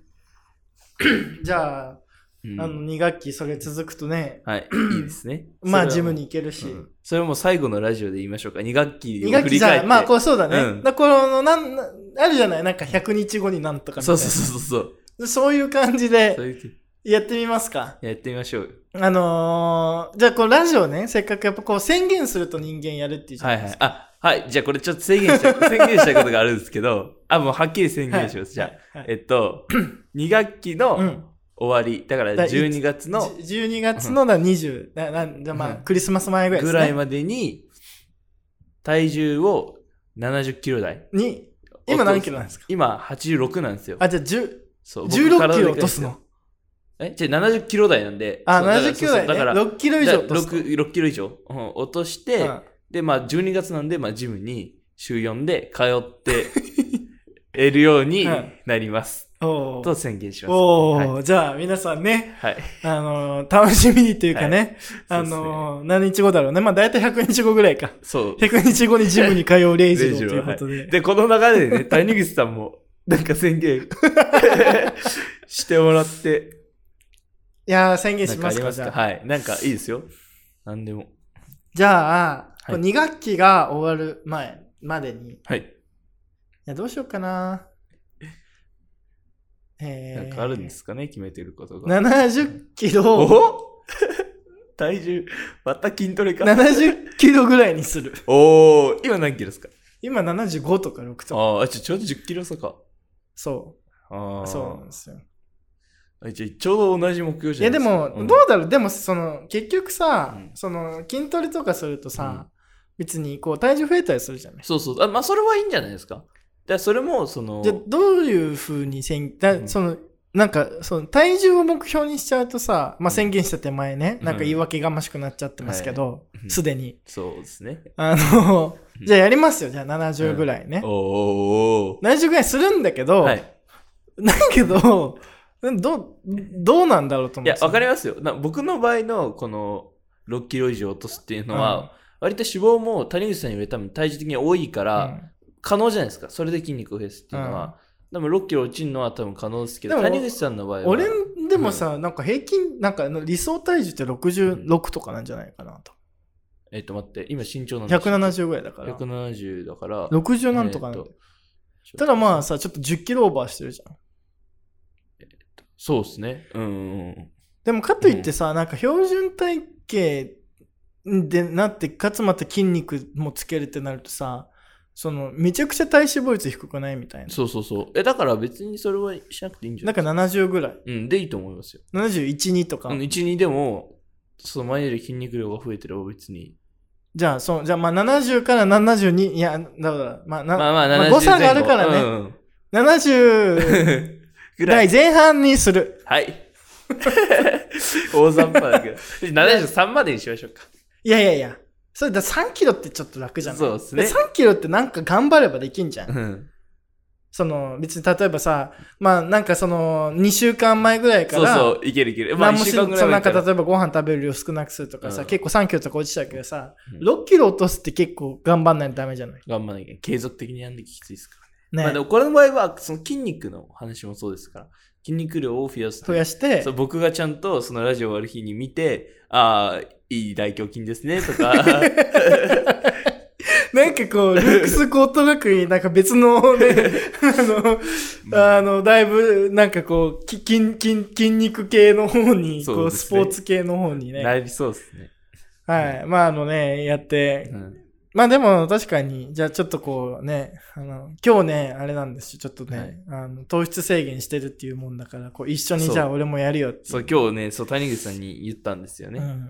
S2: *clears throat* じゃあ、
S3: うん
S2: あの、2学期それ続くとね、 *clears throat*
S3: はい、いいですね。
S2: まあ、
S3: そ
S2: ジ
S3: れはも
S2: ム
S3: う
S2: に行けるし。
S3: うんそれはもう最後のラジオで言いましょうか。2学期
S2: 2
S3: を
S2: 学
S3: 振
S2: 期
S3: り
S2: じゃ
S3: 返っ
S2: ない
S3: て。
S2: まあ、こうそうだね。
S3: うん
S2: だからこのなん、なあるじゃないなんか100日後になんとかみた
S3: そ
S2: いうな。
S3: そうそうそう。
S2: うそういう感じ
S3: そう
S2: で
S3: いう時
S2: やってみますか。
S3: やってみましょうよ。
S2: あのー、じゃあこのラジオね、せっかくやっぱこう宣言すると人間やるっていうじゃ
S3: は
S2: ないいで
S3: は
S2: す
S3: い。
S2: か。
S3: あ、はい。じゃあこれちょっと宣言した
S2: *laughs*
S3: い、宣言したいことがあるんですけど、あ、もうはっきり宣言します。じゃあ。
S2: あ、はい
S3: えっと、2学 *clears throat* 期
S2: う
S3: の
S2: ん。
S3: 終わり、だから
S2: だいつ
S3: 12月の
S2: じゅ12月のだ20、ななんじゃあまあ
S3: うん
S2: クリスマス前ぐらいで
S3: ぐ
S2: すね。
S3: らいまでに、体重を70キロ台。
S2: に、今何キロなんですか
S3: 今86なんですよ。
S2: あ、じゃあ10
S3: そう僕
S2: 16
S3: 体
S2: キ
S3: でか
S2: ロ
S3: い
S2: 落
S3: で
S2: と
S3: す
S2: す
S3: よ
S2: の。
S3: えじゃあ70キロ台なんで。
S2: あ、
S3: そうだから
S2: 79代
S3: そう
S2: ね。
S3: そうだから、
S2: 6キロ以
S3: じゃ
S2: 上
S3: あ
S2: 落とすの。
S3: 6, 6キロ以上、うん落として、
S2: うん
S3: で、まあ12月なんで、まあジムに週4で通って、得るようになります。
S2: おー
S3: と宣言します。
S2: お
S3: はい。
S2: ーじゃあ皆さんね、
S3: はい。
S2: あのー、楽しみにというかね、
S3: はい
S2: あのー、何日後だろうね。まあ大体100日後ぐらいか。
S3: そう。
S2: 100日後にジムに通うレイジロー
S3: レイ
S2: と
S3: ジ
S2: い
S3: ロ
S2: う
S3: ー
S2: ことで。
S3: で、この流れでね、谷口さんも、なんか宣
S2: *laughs*
S3: 言 *laughs* してもらって、
S2: いやー、宣言
S3: な
S2: し
S3: んかあ
S2: ます
S3: り
S2: か、
S3: ま
S2: じ
S3: す
S2: ゃ
S3: か
S2: あ。
S3: はい。なんかいいですよ。なんでも。
S2: じゃあ、
S3: はい
S2: 2学期が終わる前までに、い
S3: はい。
S2: やどうしようかな。え
S3: なんかあるんですかね、決めてることが。
S2: 70キロ、
S3: お *laughs* 体重、また筋トレか。
S2: 70キロぐらいにする。
S3: おお今何キロですか
S2: 今75とか6とか。
S3: ああ、ちょ、ちょうど10キロ差か。
S2: そ
S3: あ
S2: う。
S3: あ。
S2: そうなんですよ。
S3: あじゃあちょうど同じ目標
S2: い
S3: じゃ
S2: や
S3: ない
S2: で
S3: ですか。
S2: も、
S3: ん
S2: どうだろうでも、その、結局さ、
S3: うん
S2: その、筋トレとかするとさ、別にこう、体重増えたりするじゃない。
S3: そうそう。あ、まあ、それはいいんじゃないですか。だからそれも、その、
S2: じゃあどういうふうに宣だ、
S3: うん
S2: そのなんかその体重を目標にしちゃうとさ、まあ、宣言した手前ね、
S3: うん
S2: なんか言い訳がましくなっちゃってますけど
S3: いうん
S2: すで、に
S3: そうですね。
S2: あの
S3: うん
S2: じゃあやりますよじゃあ70ぐらいね、
S3: おーおーおー
S2: 70ぐらいするんだけど、
S3: はい。
S2: だ *laughs* けど、ど、どうなんだろうと思
S3: いや、わかり
S2: ま
S3: ますよ。な僕の場合の、この、6キロ以上落とすっていうのは、
S2: うん
S3: 割と脂肪も谷口さんに言われたみに体重的に多いから、可能じゃないですか。それで筋肉を増やすっていうのは。でも6キロ落ちるのは多分可能ですけど、
S2: でも
S3: 谷口さんの場合は。
S2: 俺でもさ、なんか平均、なんか理想体重って66とかなんじゃないかなと。
S3: えっと待って、今身長なんです
S2: 170ぐらいだから。
S3: 170だから、
S2: 60なんとかなんだよ
S3: えーと
S2: ただまあさ、ちょっと10キロオーバーしてるじゃん。
S3: そうですね。うんうんうん。
S2: でもかといってさ、なんか標準体型でなって、かつまた筋肉もつけるってなるとさ、その、めちゃくちゃ体脂肪率低くないみたいな。
S3: そうそうそう。え、だから別にそれはしなくていいんじゃな
S2: ないんか70ぐらい。
S3: うん、でいいと思いますよ。
S2: 71、2とか。
S3: うん、1、2でも、その前より筋肉量が増えてれば別に。
S2: じゃあ、そう、じゃあまあ70から72、いや、だから、まあ、な
S3: まあまあ、
S2: まあ
S3: 70
S2: 誤差があるからね
S3: 前後うん *laughs*
S2: 70
S3: うん。
S2: *laughs*
S3: ぐらい。
S2: 代前半にする。
S3: はい。 *laughs* 大雑把だけ
S2: *laughs*
S3: ど。73までにしましょうか。
S2: いやいやいや。それだ3キロってちょっと楽じゃない
S3: そうですね
S2: 3キロってなんか頑張ればできんじゃん。
S3: うん。
S2: その、別に例えばさ、まあなんかその、2週間前ぐらいか
S3: そう
S2: ら、
S3: そう、いけるいける。まあ、
S2: 何
S3: 1
S2: もし
S3: 週間ぐら
S2: そう
S3: い
S2: な
S3: 前
S2: んか
S3: から。
S2: 例えばご飯食べる量少なくするとかさ、
S3: うん
S2: 結構3キロとか落ちちゃうけどさ、
S3: うん
S2: 6キロ落とすって結構頑張んないとダメじゃない
S3: 頑張んなきゃ継続的にやんなきゃきついですからね。
S2: ね。
S3: まあ、でもこれの場合は、その筋肉の話もそうですから、筋肉量を増やすと
S2: 増やして
S3: そう、僕がちゃんとそのラジオをある日に見て、ああ、いい大胸筋ですね、とか、
S2: なんかこう、ルックス高等学院、なんか別の
S3: *laughs*
S2: ね、あの、あの、だいぶ、なんかこう、き筋、筋、筋肉系の方に、
S3: そう
S2: こう、
S3: です
S2: ス
S3: ね
S2: ポーツ系の方に
S3: な
S2: *laughs* ね。
S3: りそうですね。
S2: はい。まあ、あのね、やって。
S3: うん
S2: まあでも、確かに、じゃあちょっとこうね、あの、今日ね、あれなんですよ、ちょっとね、あの、糖質制限してるっていうもんだから、こう、一緒に
S3: そう
S2: じゃあ俺もやるよっていう。
S3: そう、今日ね、そう、谷口さんに言ったんですよね。
S2: う
S3: い
S2: ん。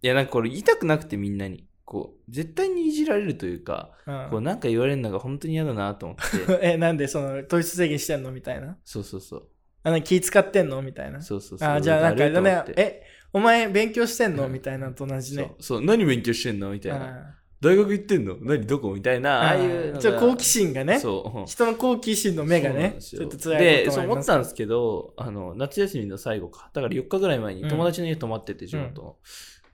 S3: や、なんかこれ言いたくなくてみんなに、こう、絶対にいじられるというか、こ
S2: う。
S3: うんなんか言われるのが本当に嫌だなと思って、
S2: *laughs* え、なんで、その、糖質制限してんのみたいな。
S3: そうそうそう、
S2: あの、気使ってんのみたいな。
S3: そうそうそう。
S2: あーじゃあなんかあれだ
S3: だと
S2: ね
S3: 思って、
S2: え、お前勉強してんの
S3: うん
S2: みたいなのと同じ
S3: そ
S2: ね
S3: う。そう、何勉強してんのみたいな。
S2: あ
S3: 大学行ってんの何どこみたいな、
S2: ー
S3: ああいうのが。
S2: ちょっと好奇心がね、
S3: そううん。
S2: 人の好奇心の目が
S3: そうなん
S2: ね、
S3: です
S2: ち
S3: よ
S2: ょっと辛い
S3: で
S2: こと
S3: そう
S2: もあり
S3: 思
S2: ま
S3: っ
S2: す。
S3: たんですけどあの夏休みの最後かだから4日ぐらい前に
S2: うん
S3: 友達の家泊まってて地元の、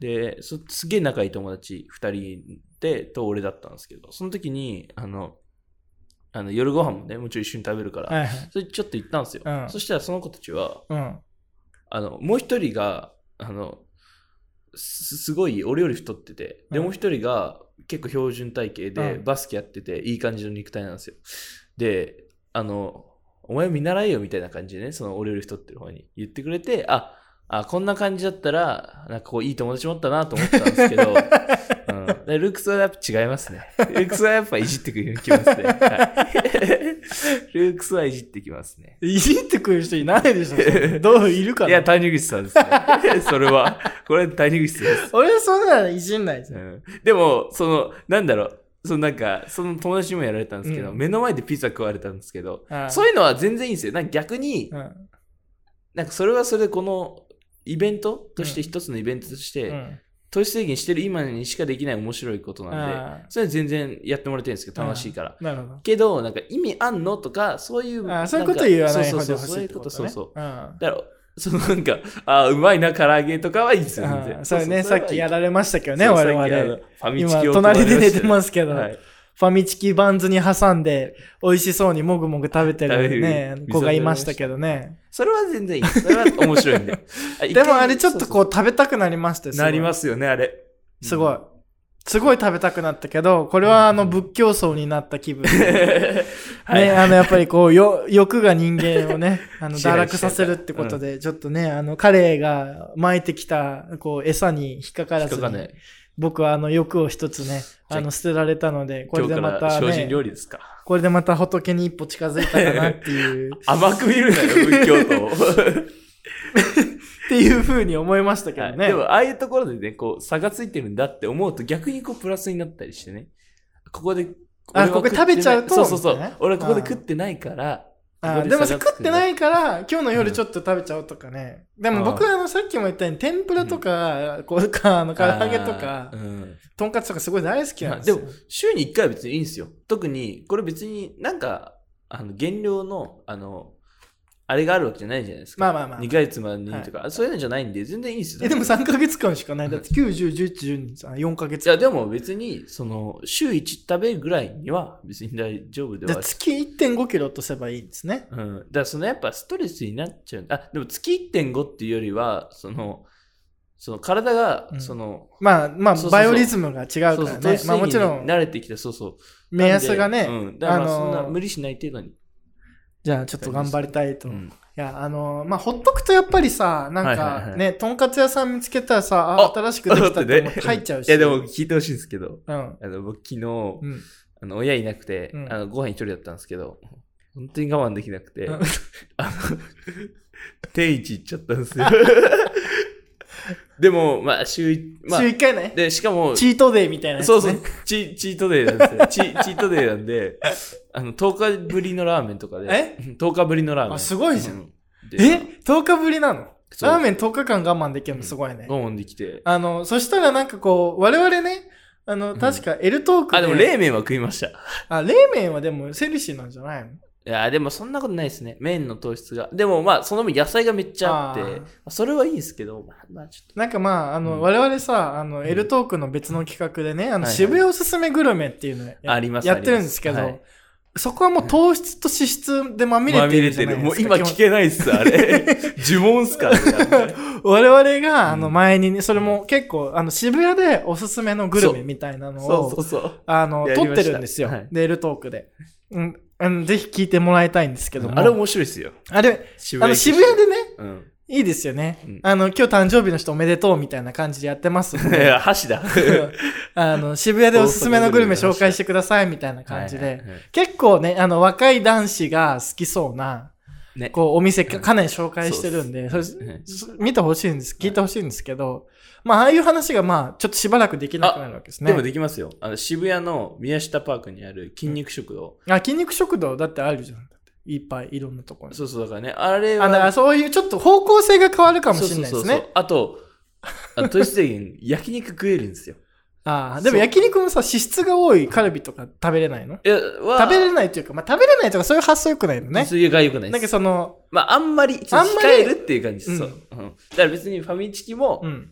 S3: でそすげえ仲いい友達2人でと俺だったんですけどその時にあのあの夜ご飯もねもちろん一緒に食べるから、
S2: はいはい
S3: それちょっと行ったんですよ、
S2: うん
S3: そしたらその子たちは
S2: うん。
S3: あのもう1人があのすすごい俺より太っててで
S2: うん
S3: もう1人が結構標準体型で、
S2: うん
S3: バスケやってていい感じの肉体なんですよであのお前見習えよみたいな感じでねその俺より太ってる方に言ってくれてああこんな感じだったらなんかこういい友達持ったなと思ったんですけ
S2: *laughs*
S3: ど、うん、でルックスはやっぱ違いますねルックスはやっぱいじってくるきますね、は
S2: *laughs*
S3: い、ルックスはいじってきますね
S2: いじってくる人いないでしょどういるかない
S3: や、谷口さんですね。 *laughs* それは。これ谷口さんです。
S2: 俺そんなのいじんないじ
S3: う
S2: ゃん。
S3: ん、でも、その、なんだろう。そのなんか、その友達にもやられたんですけど、
S2: うん
S3: 目の前でピザ食われたんですけど、
S2: あー
S3: そういうのは全然いいんですよ。なんか逆に、
S2: うん
S3: なんかそれはそれでこのイベントとして、一つのイベントとし
S2: う
S3: て、
S2: ん
S3: 糖質制限してる今にしかできない面白いことなんで、
S2: あ
S3: それは全然やってもらってるんですけど、楽しいから。
S2: ーなるほど。
S3: けど、なんか意味あんのとか、そういう。
S2: あーそういうこと言わない
S3: そう
S2: 方
S3: そ
S2: で
S3: う
S2: ほ
S3: そう、
S2: し
S3: そうい
S2: いっ
S3: う
S2: て
S3: こ、
S2: ことと
S3: そう
S2: ね。
S3: そう。
S2: うん
S3: だろそのなんか、あーうまいな、唐揚げとかはいいですよ、全
S2: あー
S3: 然。
S2: それね、さっきやられましたけどね、
S3: そう
S2: 我
S3: さっきあの
S2: 々。
S3: ファミチキ
S2: 今、
S3: を
S2: 隣で寝て
S3: す
S2: ますけど。
S3: はい
S2: ファミチキバンズに挟んで、美味しそうにもぐもぐ食べて
S3: 食べ
S2: るね
S3: る、
S2: 子がいましたけどね。
S3: それは全然いい。それは面白いんで。
S2: *laughs*
S3: 一回
S2: でもあれちょっとこ
S3: そう
S2: 食べたくなりまし
S3: う
S2: たよ
S3: そうなりますすよね、あれ。
S2: ごい。すごい
S3: うん。
S2: すごい食べたくなったけど、これはあの仏教僧になった気分。ね、
S3: はい。
S2: あのやっぱりこう、よ、
S3: *laughs*
S2: 欲が人間をね、あの、
S3: 支配してる
S2: 堕落させるってことで、ちょっとね、あの、彼が撒いてきた、こう、餌に引っかから
S3: 引っ
S2: ず
S3: か
S2: に、
S3: かんない。
S2: 僕はあの、欲を一つね、あの、捨てられたので、こ
S3: 今日
S2: れで
S3: か
S2: ま
S3: ら
S2: た
S3: 精進
S2: ね、
S3: 料理ですか。
S2: これでまた仏に一歩近づいたかなって
S3: *laughs*
S2: いう。
S3: 甘く見るなよ、仏教徒を。
S2: っていうふうに思いましたけ
S3: は
S2: ど
S3: い
S2: ね。
S3: でも、ああいうところでね、こう、差がついてるんだって思うと、逆にこう、プラスになったりしてね。ここで、俺
S2: あ
S3: は
S2: こ
S3: 食
S2: こ
S3: って
S2: 食
S3: ない
S2: べちゃうと
S3: そうそうそ
S2: みたいな
S3: う
S2: ね。
S3: 俺はここで
S2: あー
S3: 食ってないから、
S2: あーでも
S3: 差
S2: さ
S3: がつく
S2: 食ってないから今日の夜ちょっと食べちゃおうとかね、でも僕はあのさっきも言ったように天ぷらとか、こうかあの唐揚げとか
S3: あ、ーうん
S2: とんかつとかすごい大好きなんですよ、
S3: まあでも週に1回は別にいいんですよ特にこれ別になんかあの減量のあのあれがあるわけじゃないじゃないですか。
S2: まあまあまあ
S3: 2ヶ月までにとか、そういうのじゃないんで、全然いいですよ。
S2: え、でも3ヶ月間しかない。だって9、10、11、12、4ヶ月
S3: いや、でも別に、その、週1食べるぐらいには別に大丈夫で
S2: じゃ
S3: は
S2: あ月1.5キロ落とせばいいんですね。
S3: うん、だからそのやっぱストレスになっちゃうあでも月1.5っていうよりはそのその体が
S2: うん
S3: その、
S2: まあまあ
S3: そうそうそう
S2: バイオリズムが違うからね。
S3: そうそう糖質制
S2: まあもちろ
S3: 限
S2: ん
S3: に慣れてきたそうそう
S2: 目安が
S3: なん
S2: ね、
S3: でうん、だからまあ
S2: あの
S3: そ
S2: ー
S3: んな無理しない程度に、
S2: じゃあちょっと頑張りたいと。
S3: う
S2: い
S3: ん、
S2: や、あのーまあほっとくとやっぱりさ、なんかね、
S3: はいはい
S2: とんかつ屋さん見つけたらさ、あ
S3: あ
S2: 新しくできたと思って入っちゃうし。
S3: いやでも、聞いてほしいんですけど
S2: うん。
S3: あの僕昨日、
S2: うん、
S3: あの親いなくて、
S2: うん
S3: あのご飯一人だったんですけど本当に我慢できなくて、
S2: うん
S3: *laughs* あの天一行っちゃったんですよ *laughs* でもまあ週一まあ
S2: 週1回ね。
S3: でしかも
S2: チートデイみたいなやつ、ね。
S3: そうそう、チチートデイなんですよ。チチートデイなんで、あの、10日ぶりのラーメンとか *laughs* で、
S2: え
S3: ?10 日ぶりのラーメン。
S2: あすごいじゃん
S3: うん。で
S2: え ?10 日ぶりなの
S3: そう
S2: ラーメン10日間我慢できるのすごいね。
S3: 我慢できて。
S2: あの、そしたらなんかこう、我々ね、あの、
S3: ん
S2: 確か L トークで、
S3: あ、でも冷麺は食いました。い
S2: あ、冷麺はでもセルシーなんじゃないの
S3: や、でもそんなことないですね。麺の糖質が。でもまあ、その分野菜がめっちゃあって
S2: あー、
S3: まあそれはいいんですけど、まあ、まあ、ちょっ
S2: なんかまあ、あの、
S3: うん
S2: 我々さ、あの、
S3: ん
S2: L トークの別の企画でね、あ
S3: い
S2: の、
S3: はい
S2: 渋谷おすすめグルメっていうのや
S3: と、あります
S2: やってるんですけど、そこはもう糖質と脂質でま
S3: 見
S2: みれ
S3: れ
S2: て
S3: て
S2: る
S3: る
S2: じゃない
S3: も
S2: で
S3: う
S2: すか。
S3: 今聞けないっす、あれ。
S2: *laughs*
S3: 呪文っすからね。
S2: 基本我々が、あ
S3: う
S2: の、
S3: ん
S2: 前にね、それも結構、あの、渋谷でおすすめのグルメみたいなの
S3: そうそ
S2: を、
S3: うそう。
S2: あの、
S3: やり
S2: 撮っ
S3: ました
S2: てるんですよ
S3: はい。
S2: で、L トークで。うんうん、ぜひ聞いてもらいたいんですけども。
S3: あれ面白いっすよ。
S2: あれ、
S3: 渋
S2: あの、渋谷でね、
S3: うん。
S2: いいですよね。
S3: うん
S2: あの、今日誕生日の人おめでとうみたいな感じでやってますん
S3: い
S2: で。
S3: や箸
S2: *laughs*
S3: だ。
S2: あの、渋谷でおすすめのグルメ紹介してくださいみたいな感じ
S3: はいは
S2: で
S3: い。はい
S2: 結構ね、あの、若い男子が好きそうな、
S3: ね
S2: こう、お店かかなり紹介してるんで、
S3: そうっす
S2: そ
S3: ね
S2: そ見てほしいんです、聞いてほしいんですけど、まあ、ああいう話がまあ、ちょっとしばらくできなくなるわけですね。
S3: でもできますよ。あの渋谷の宮下パークにある筋肉食堂。
S2: あ、筋肉食堂だってあるじゃん。いっぱいいろんなところに。
S3: そうそう、だからね、あれは。
S2: あだからそういうちょっと方向性が変わるかも
S3: そう
S2: しれないで
S3: そう
S2: す
S3: そうそ
S2: ね。
S3: うあと、あの糖質制限、焼肉食えるんですよ。
S2: ああ、でも焼肉もさ、脂質が多いカルビとか食べれないの
S3: いや、
S2: 食べれ
S3: な
S2: ないというか、まあ、食べれないとかそういう発想良くないのね。
S3: そういうが良くない
S2: な
S3: で
S2: んか
S3: す。
S2: その、
S3: まあ、あんまり、ちょっと
S2: あんま
S3: 控
S2: り
S3: えるっていう感じです。
S2: うん
S3: そううんだから別にファミチキも、
S2: うん。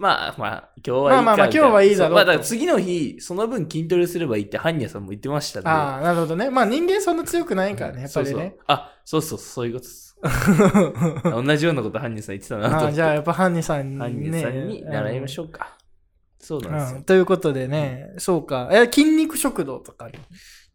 S3: まあまあ、今日はいいか
S2: まあまあまあ
S3: みたな
S2: 今日はいいだろうと
S3: そまあ、だから次の日、その分筋トレすればいいって、ハンニャさんも言ってましたんで。
S2: ああ、なるほどね。まあ人間そんな強くないからね、やっぱり
S3: そうそ
S2: ね
S3: う。あ、そうそう、そういうことです。
S2: *laughs*
S3: 同じようなことハンニャさん言ってたなと思っ
S2: あ
S3: *laughs* て。
S2: あじゃあやっぱハンニさん
S3: 犯
S2: に
S3: 人
S2: ね。
S3: さんに習いましょうか。そうなんです
S2: う
S3: よ
S2: ん。。ということでね、そうか。え、筋肉食堂とかある。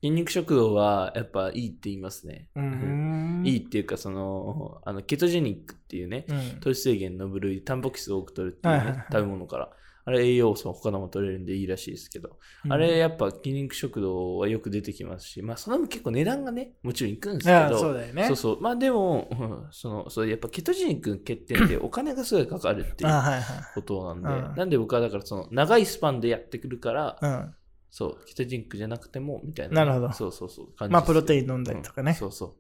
S3: 筋肉食堂はやっぱいいって言いますね。
S2: うーん。
S3: い
S2: い。
S3: いっていうか、その、あの、ケトジェニックっていうね、
S2: うん。
S3: 糖質制限の部類、タンパク質を多く取るっていう
S2: はいはいはい
S3: ね、食べ物から。あれ栄養素他のも取れるんでいいらしいですけど、あれやっぱ筋肉食堂はよく出てきますし、まあその分結構値段がね、もちろんいくんです
S2: いや
S3: けど、
S2: そうだよね。
S3: そうそうまあでも、うんその、そうやっぱケトジェニックの欠点ってお金がすごいかかるってい
S2: ああ
S3: う
S2: はい
S3: ことなんで、
S2: うん
S3: なんで僕はだからその長いスパンでやってくるから、
S2: はい。
S3: そう、キトジンクじゃなくても、みたい
S2: な
S3: な。
S2: るほど
S3: そうそうそう。
S2: う
S3: 感
S2: ん。
S3: じ
S2: まあプロテイン飲んだりとか
S3: うん
S2: ね。
S3: そうそう。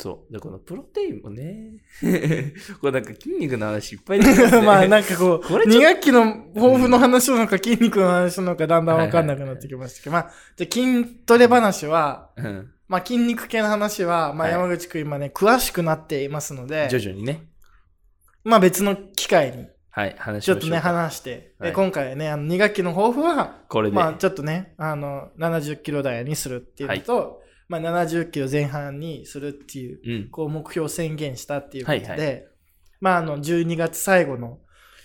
S3: そう。で、このプロテインもね、 *laughs* これなんか筋肉の話いっぱい
S2: *laughs* まあ
S3: ん
S2: なんかこう、
S3: これちょ
S2: 2学期の抱負の話なのか筋肉の話なのかだんだんわかんなくなってきましたけど、まあ、じゃあ筋トレ話は、
S3: うん
S2: まあ、筋肉系の話は、ま
S3: は
S2: あ、
S3: い
S2: 山口くん今ね、詳しくなっていますので、
S3: 徐々にね、
S2: まあ、別の機会に
S3: はい、話
S2: ち
S3: し
S2: ょっ
S3: まし
S2: と
S3: ょう
S2: ね、
S3: か
S2: 話して、
S3: はい
S2: で今回ね、あの2学期の抱負は、
S3: これで、
S2: まあ、ちょっとね、あの、70キロ台にするっていうのと、まあ、70キロ前半にするっていう、
S3: うん。
S2: こう、目標を宣言したっていうことで、
S3: はいは
S2: まあ、あの、12月最後の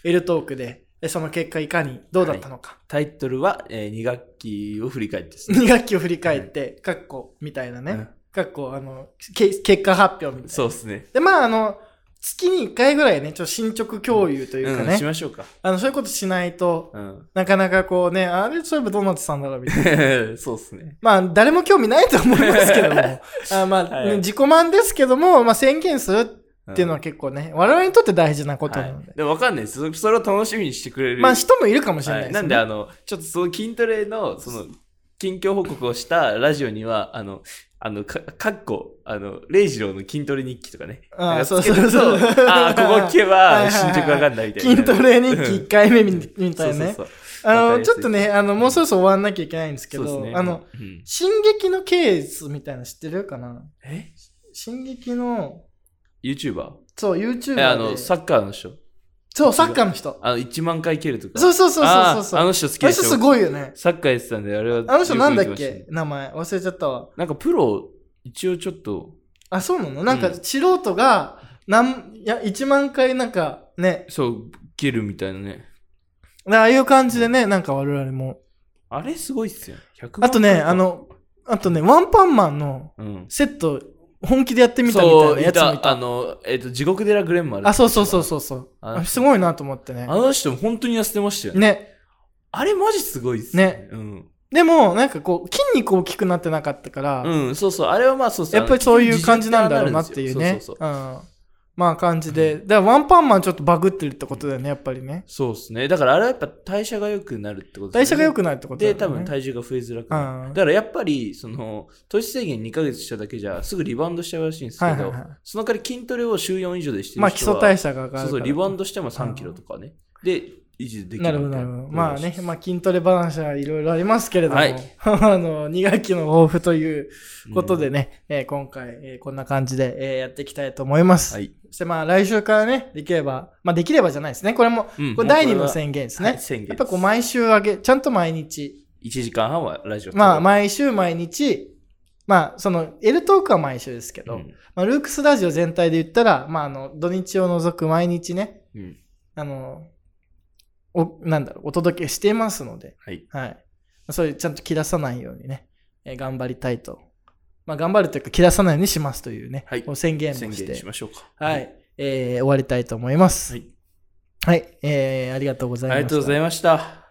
S2: L トークで、でその結果いかにどうだったのか、
S3: タイトルは、え2学期を振り返ってですね。
S2: 2学期を振り返って、かっこ、みたいなね、
S3: うん
S2: かっこ、あの、け結果発表みたいな。
S3: そうですね。
S2: で、まあ、あの、月に1回ぐらいね、ちょっと進捗共有というかね、
S3: うん、しましょうか。
S2: あの、そういうことしないと、
S3: うん。 *laughs*
S2: なかなかこうね、あれ、そういえばどうなってたんだろう、みたいな。
S3: そうですね。
S2: まあ、誰も興味ないと思いますけ
S3: *laughs*
S2: ども、あまあ、
S3: はいはい
S2: 自己満ですけども、まあ、宣言する
S3: ん
S2: っていうのは結構ね、我々にとって大事なことなの
S3: は
S2: で
S3: い。でもわかんないです。そそれを楽しみにしてくれる。
S2: まあ、人もいるかもしれない
S3: は
S2: で
S3: い、
S2: す、ね
S3: なんであのちょっとその筋トレのその近況報告をしたラジオにはあのあのかかっこあの礼二郎の筋トレ日記とかね
S2: あー
S3: なんかつけ
S2: そう
S3: る
S2: そ
S3: と
S2: うそう
S3: あー
S2: *laughs*
S3: ここ聞け
S2: はいはいは
S3: ば
S2: い
S3: 進捗わかんないみたいな
S2: 筋トレ日記1回目みみ
S3: そう
S2: たいな
S3: そう
S2: ね
S3: そ。う
S2: あ
S3: わかり
S2: の、
S3: や
S2: ち
S3: すい
S2: ょっとね、あの、もうそろそろ終わんなきゃいけないんですけ
S3: そう
S2: ど、
S3: ですね
S2: あの、、
S3: うん
S2: 進撃のケースみたいなの知ってるかな
S3: え
S2: 進撃の
S3: YouTuber?
S2: そう、YouTuber
S3: え、
S2: で。
S3: あの、サッカーの人。
S2: そう、サッカーの人。
S3: あの、1万回蹴るとか。
S2: そうそうそうそうそうそ
S3: あー
S2: う。
S3: あ
S2: あ
S3: の人好きで
S2: の
S3: し
S2: 人
S3: ょ
S2: すごいよね。
S3: サッカーやってたんで、あれは。
S2: あの人なんだっ
S3: よく見てまし
S2: け
S3: たね
S2: 名前忘れちゃったわ。
S3: なんかプロ、一応ちょっと、
S2: あ、そうなのなん
S3: う
S2: か
S3: ん
S2: 素人が、なん、いや、1万回なんかね、
S3: そう、蹴るみたいなね。
S2: だからああいう感じでね、なんか我々も。
S3: あれすごいっすよ。100万
S2: あとね、
S3: 回か
S2: あ、の、あとね、ワンパンマンの
S3: うん。
S2: セット、本気でやってみたみた
S3: そ、
S2: いうないやつもい
S3: た、あ
S2: た。
S3: の、えっと、地獄寺グレンマル
S2: あ、そうそうそうそうそう。
S3: あ
S2: あすごいなと思ってね
S3: あ。の人、本当に痩せてましたよね。
S2: ね。
S3: あれマジすごいっすね。うん。
S2: でも、なんかこう、筋肉大きくなってなかったから、
S3: うん、そうそう。あれはまあそうっす
S2: やっぱりそういう感じなんだろうなっていう
S3: あの
S2: ね。
S3: そうそうそう
S2: うん。まあ感じで。だからワンパンマンちょっとバグってるってことだよね、やっぱりね。
S3: そうっすね。だからあれはやっぱ代謝が良くなるってこと
S2: 代謝が良
S3: く
S2: くなるってことだよ
S3: で、
S2: ね。
S3: 多分体重が増えづらくなる。
S2: うん
S3: だからやっぱり、その、糖質制限2ヶ月しただけじゃ、すぐリバウンドしちゃうらしいんですけど、
S2: はいはいはい
S3: その代わり筋トレを週4以上でしてる人は、
S2: まあ基礎代謝が上がるから。
S3: そうそう、リバウンドしても3キロとかね。で、維持できるみた
S2: ないるほど、なるほど。まあね、まあ筋トレバランスはいろいろありますけれども、
S3: はい
S2: *laughs* あの、2学期の抱負ということでね、えー今回、えーこんな感じで、えーやっていきたいと思います。
S3: はい。
S2: そしてまあ来週からね、できれば、まあできればじゃないですね。これも、
S3: うん
S2: これ第2の宣言ですね。
S3: はい宣言
S2: やっぱこう毎週上げ、ちゃんと毎日
S3: 1時間半はラジオ
S2: まあ、
S3: ま
S2: 毎週毎日、まあ、その、L トークは毎週ですけど、
S3: うん
S2: まあ、ルークスラジオ全体で言ったら、まあ、あの、土日を除く毎日ね、
S3: うん
S2: あの、お、なんだろう、お届けしていますので、
S3: はい。
S2: はい。それちゃんと切らさないようにね、えー頑張りたいと。まあ、頑張るというか、切らさないようにしますというね、
S3: はい
S2: こう宣言も
S3: 宣
S2: して、
S3: 言しましょうか。
S2: はい、えー終わりたいと思います。
S3: は
S2: はい。
S3: い。
S2: えーありがとうございま
S3: あ
S2: した。
S3: りがとうございました。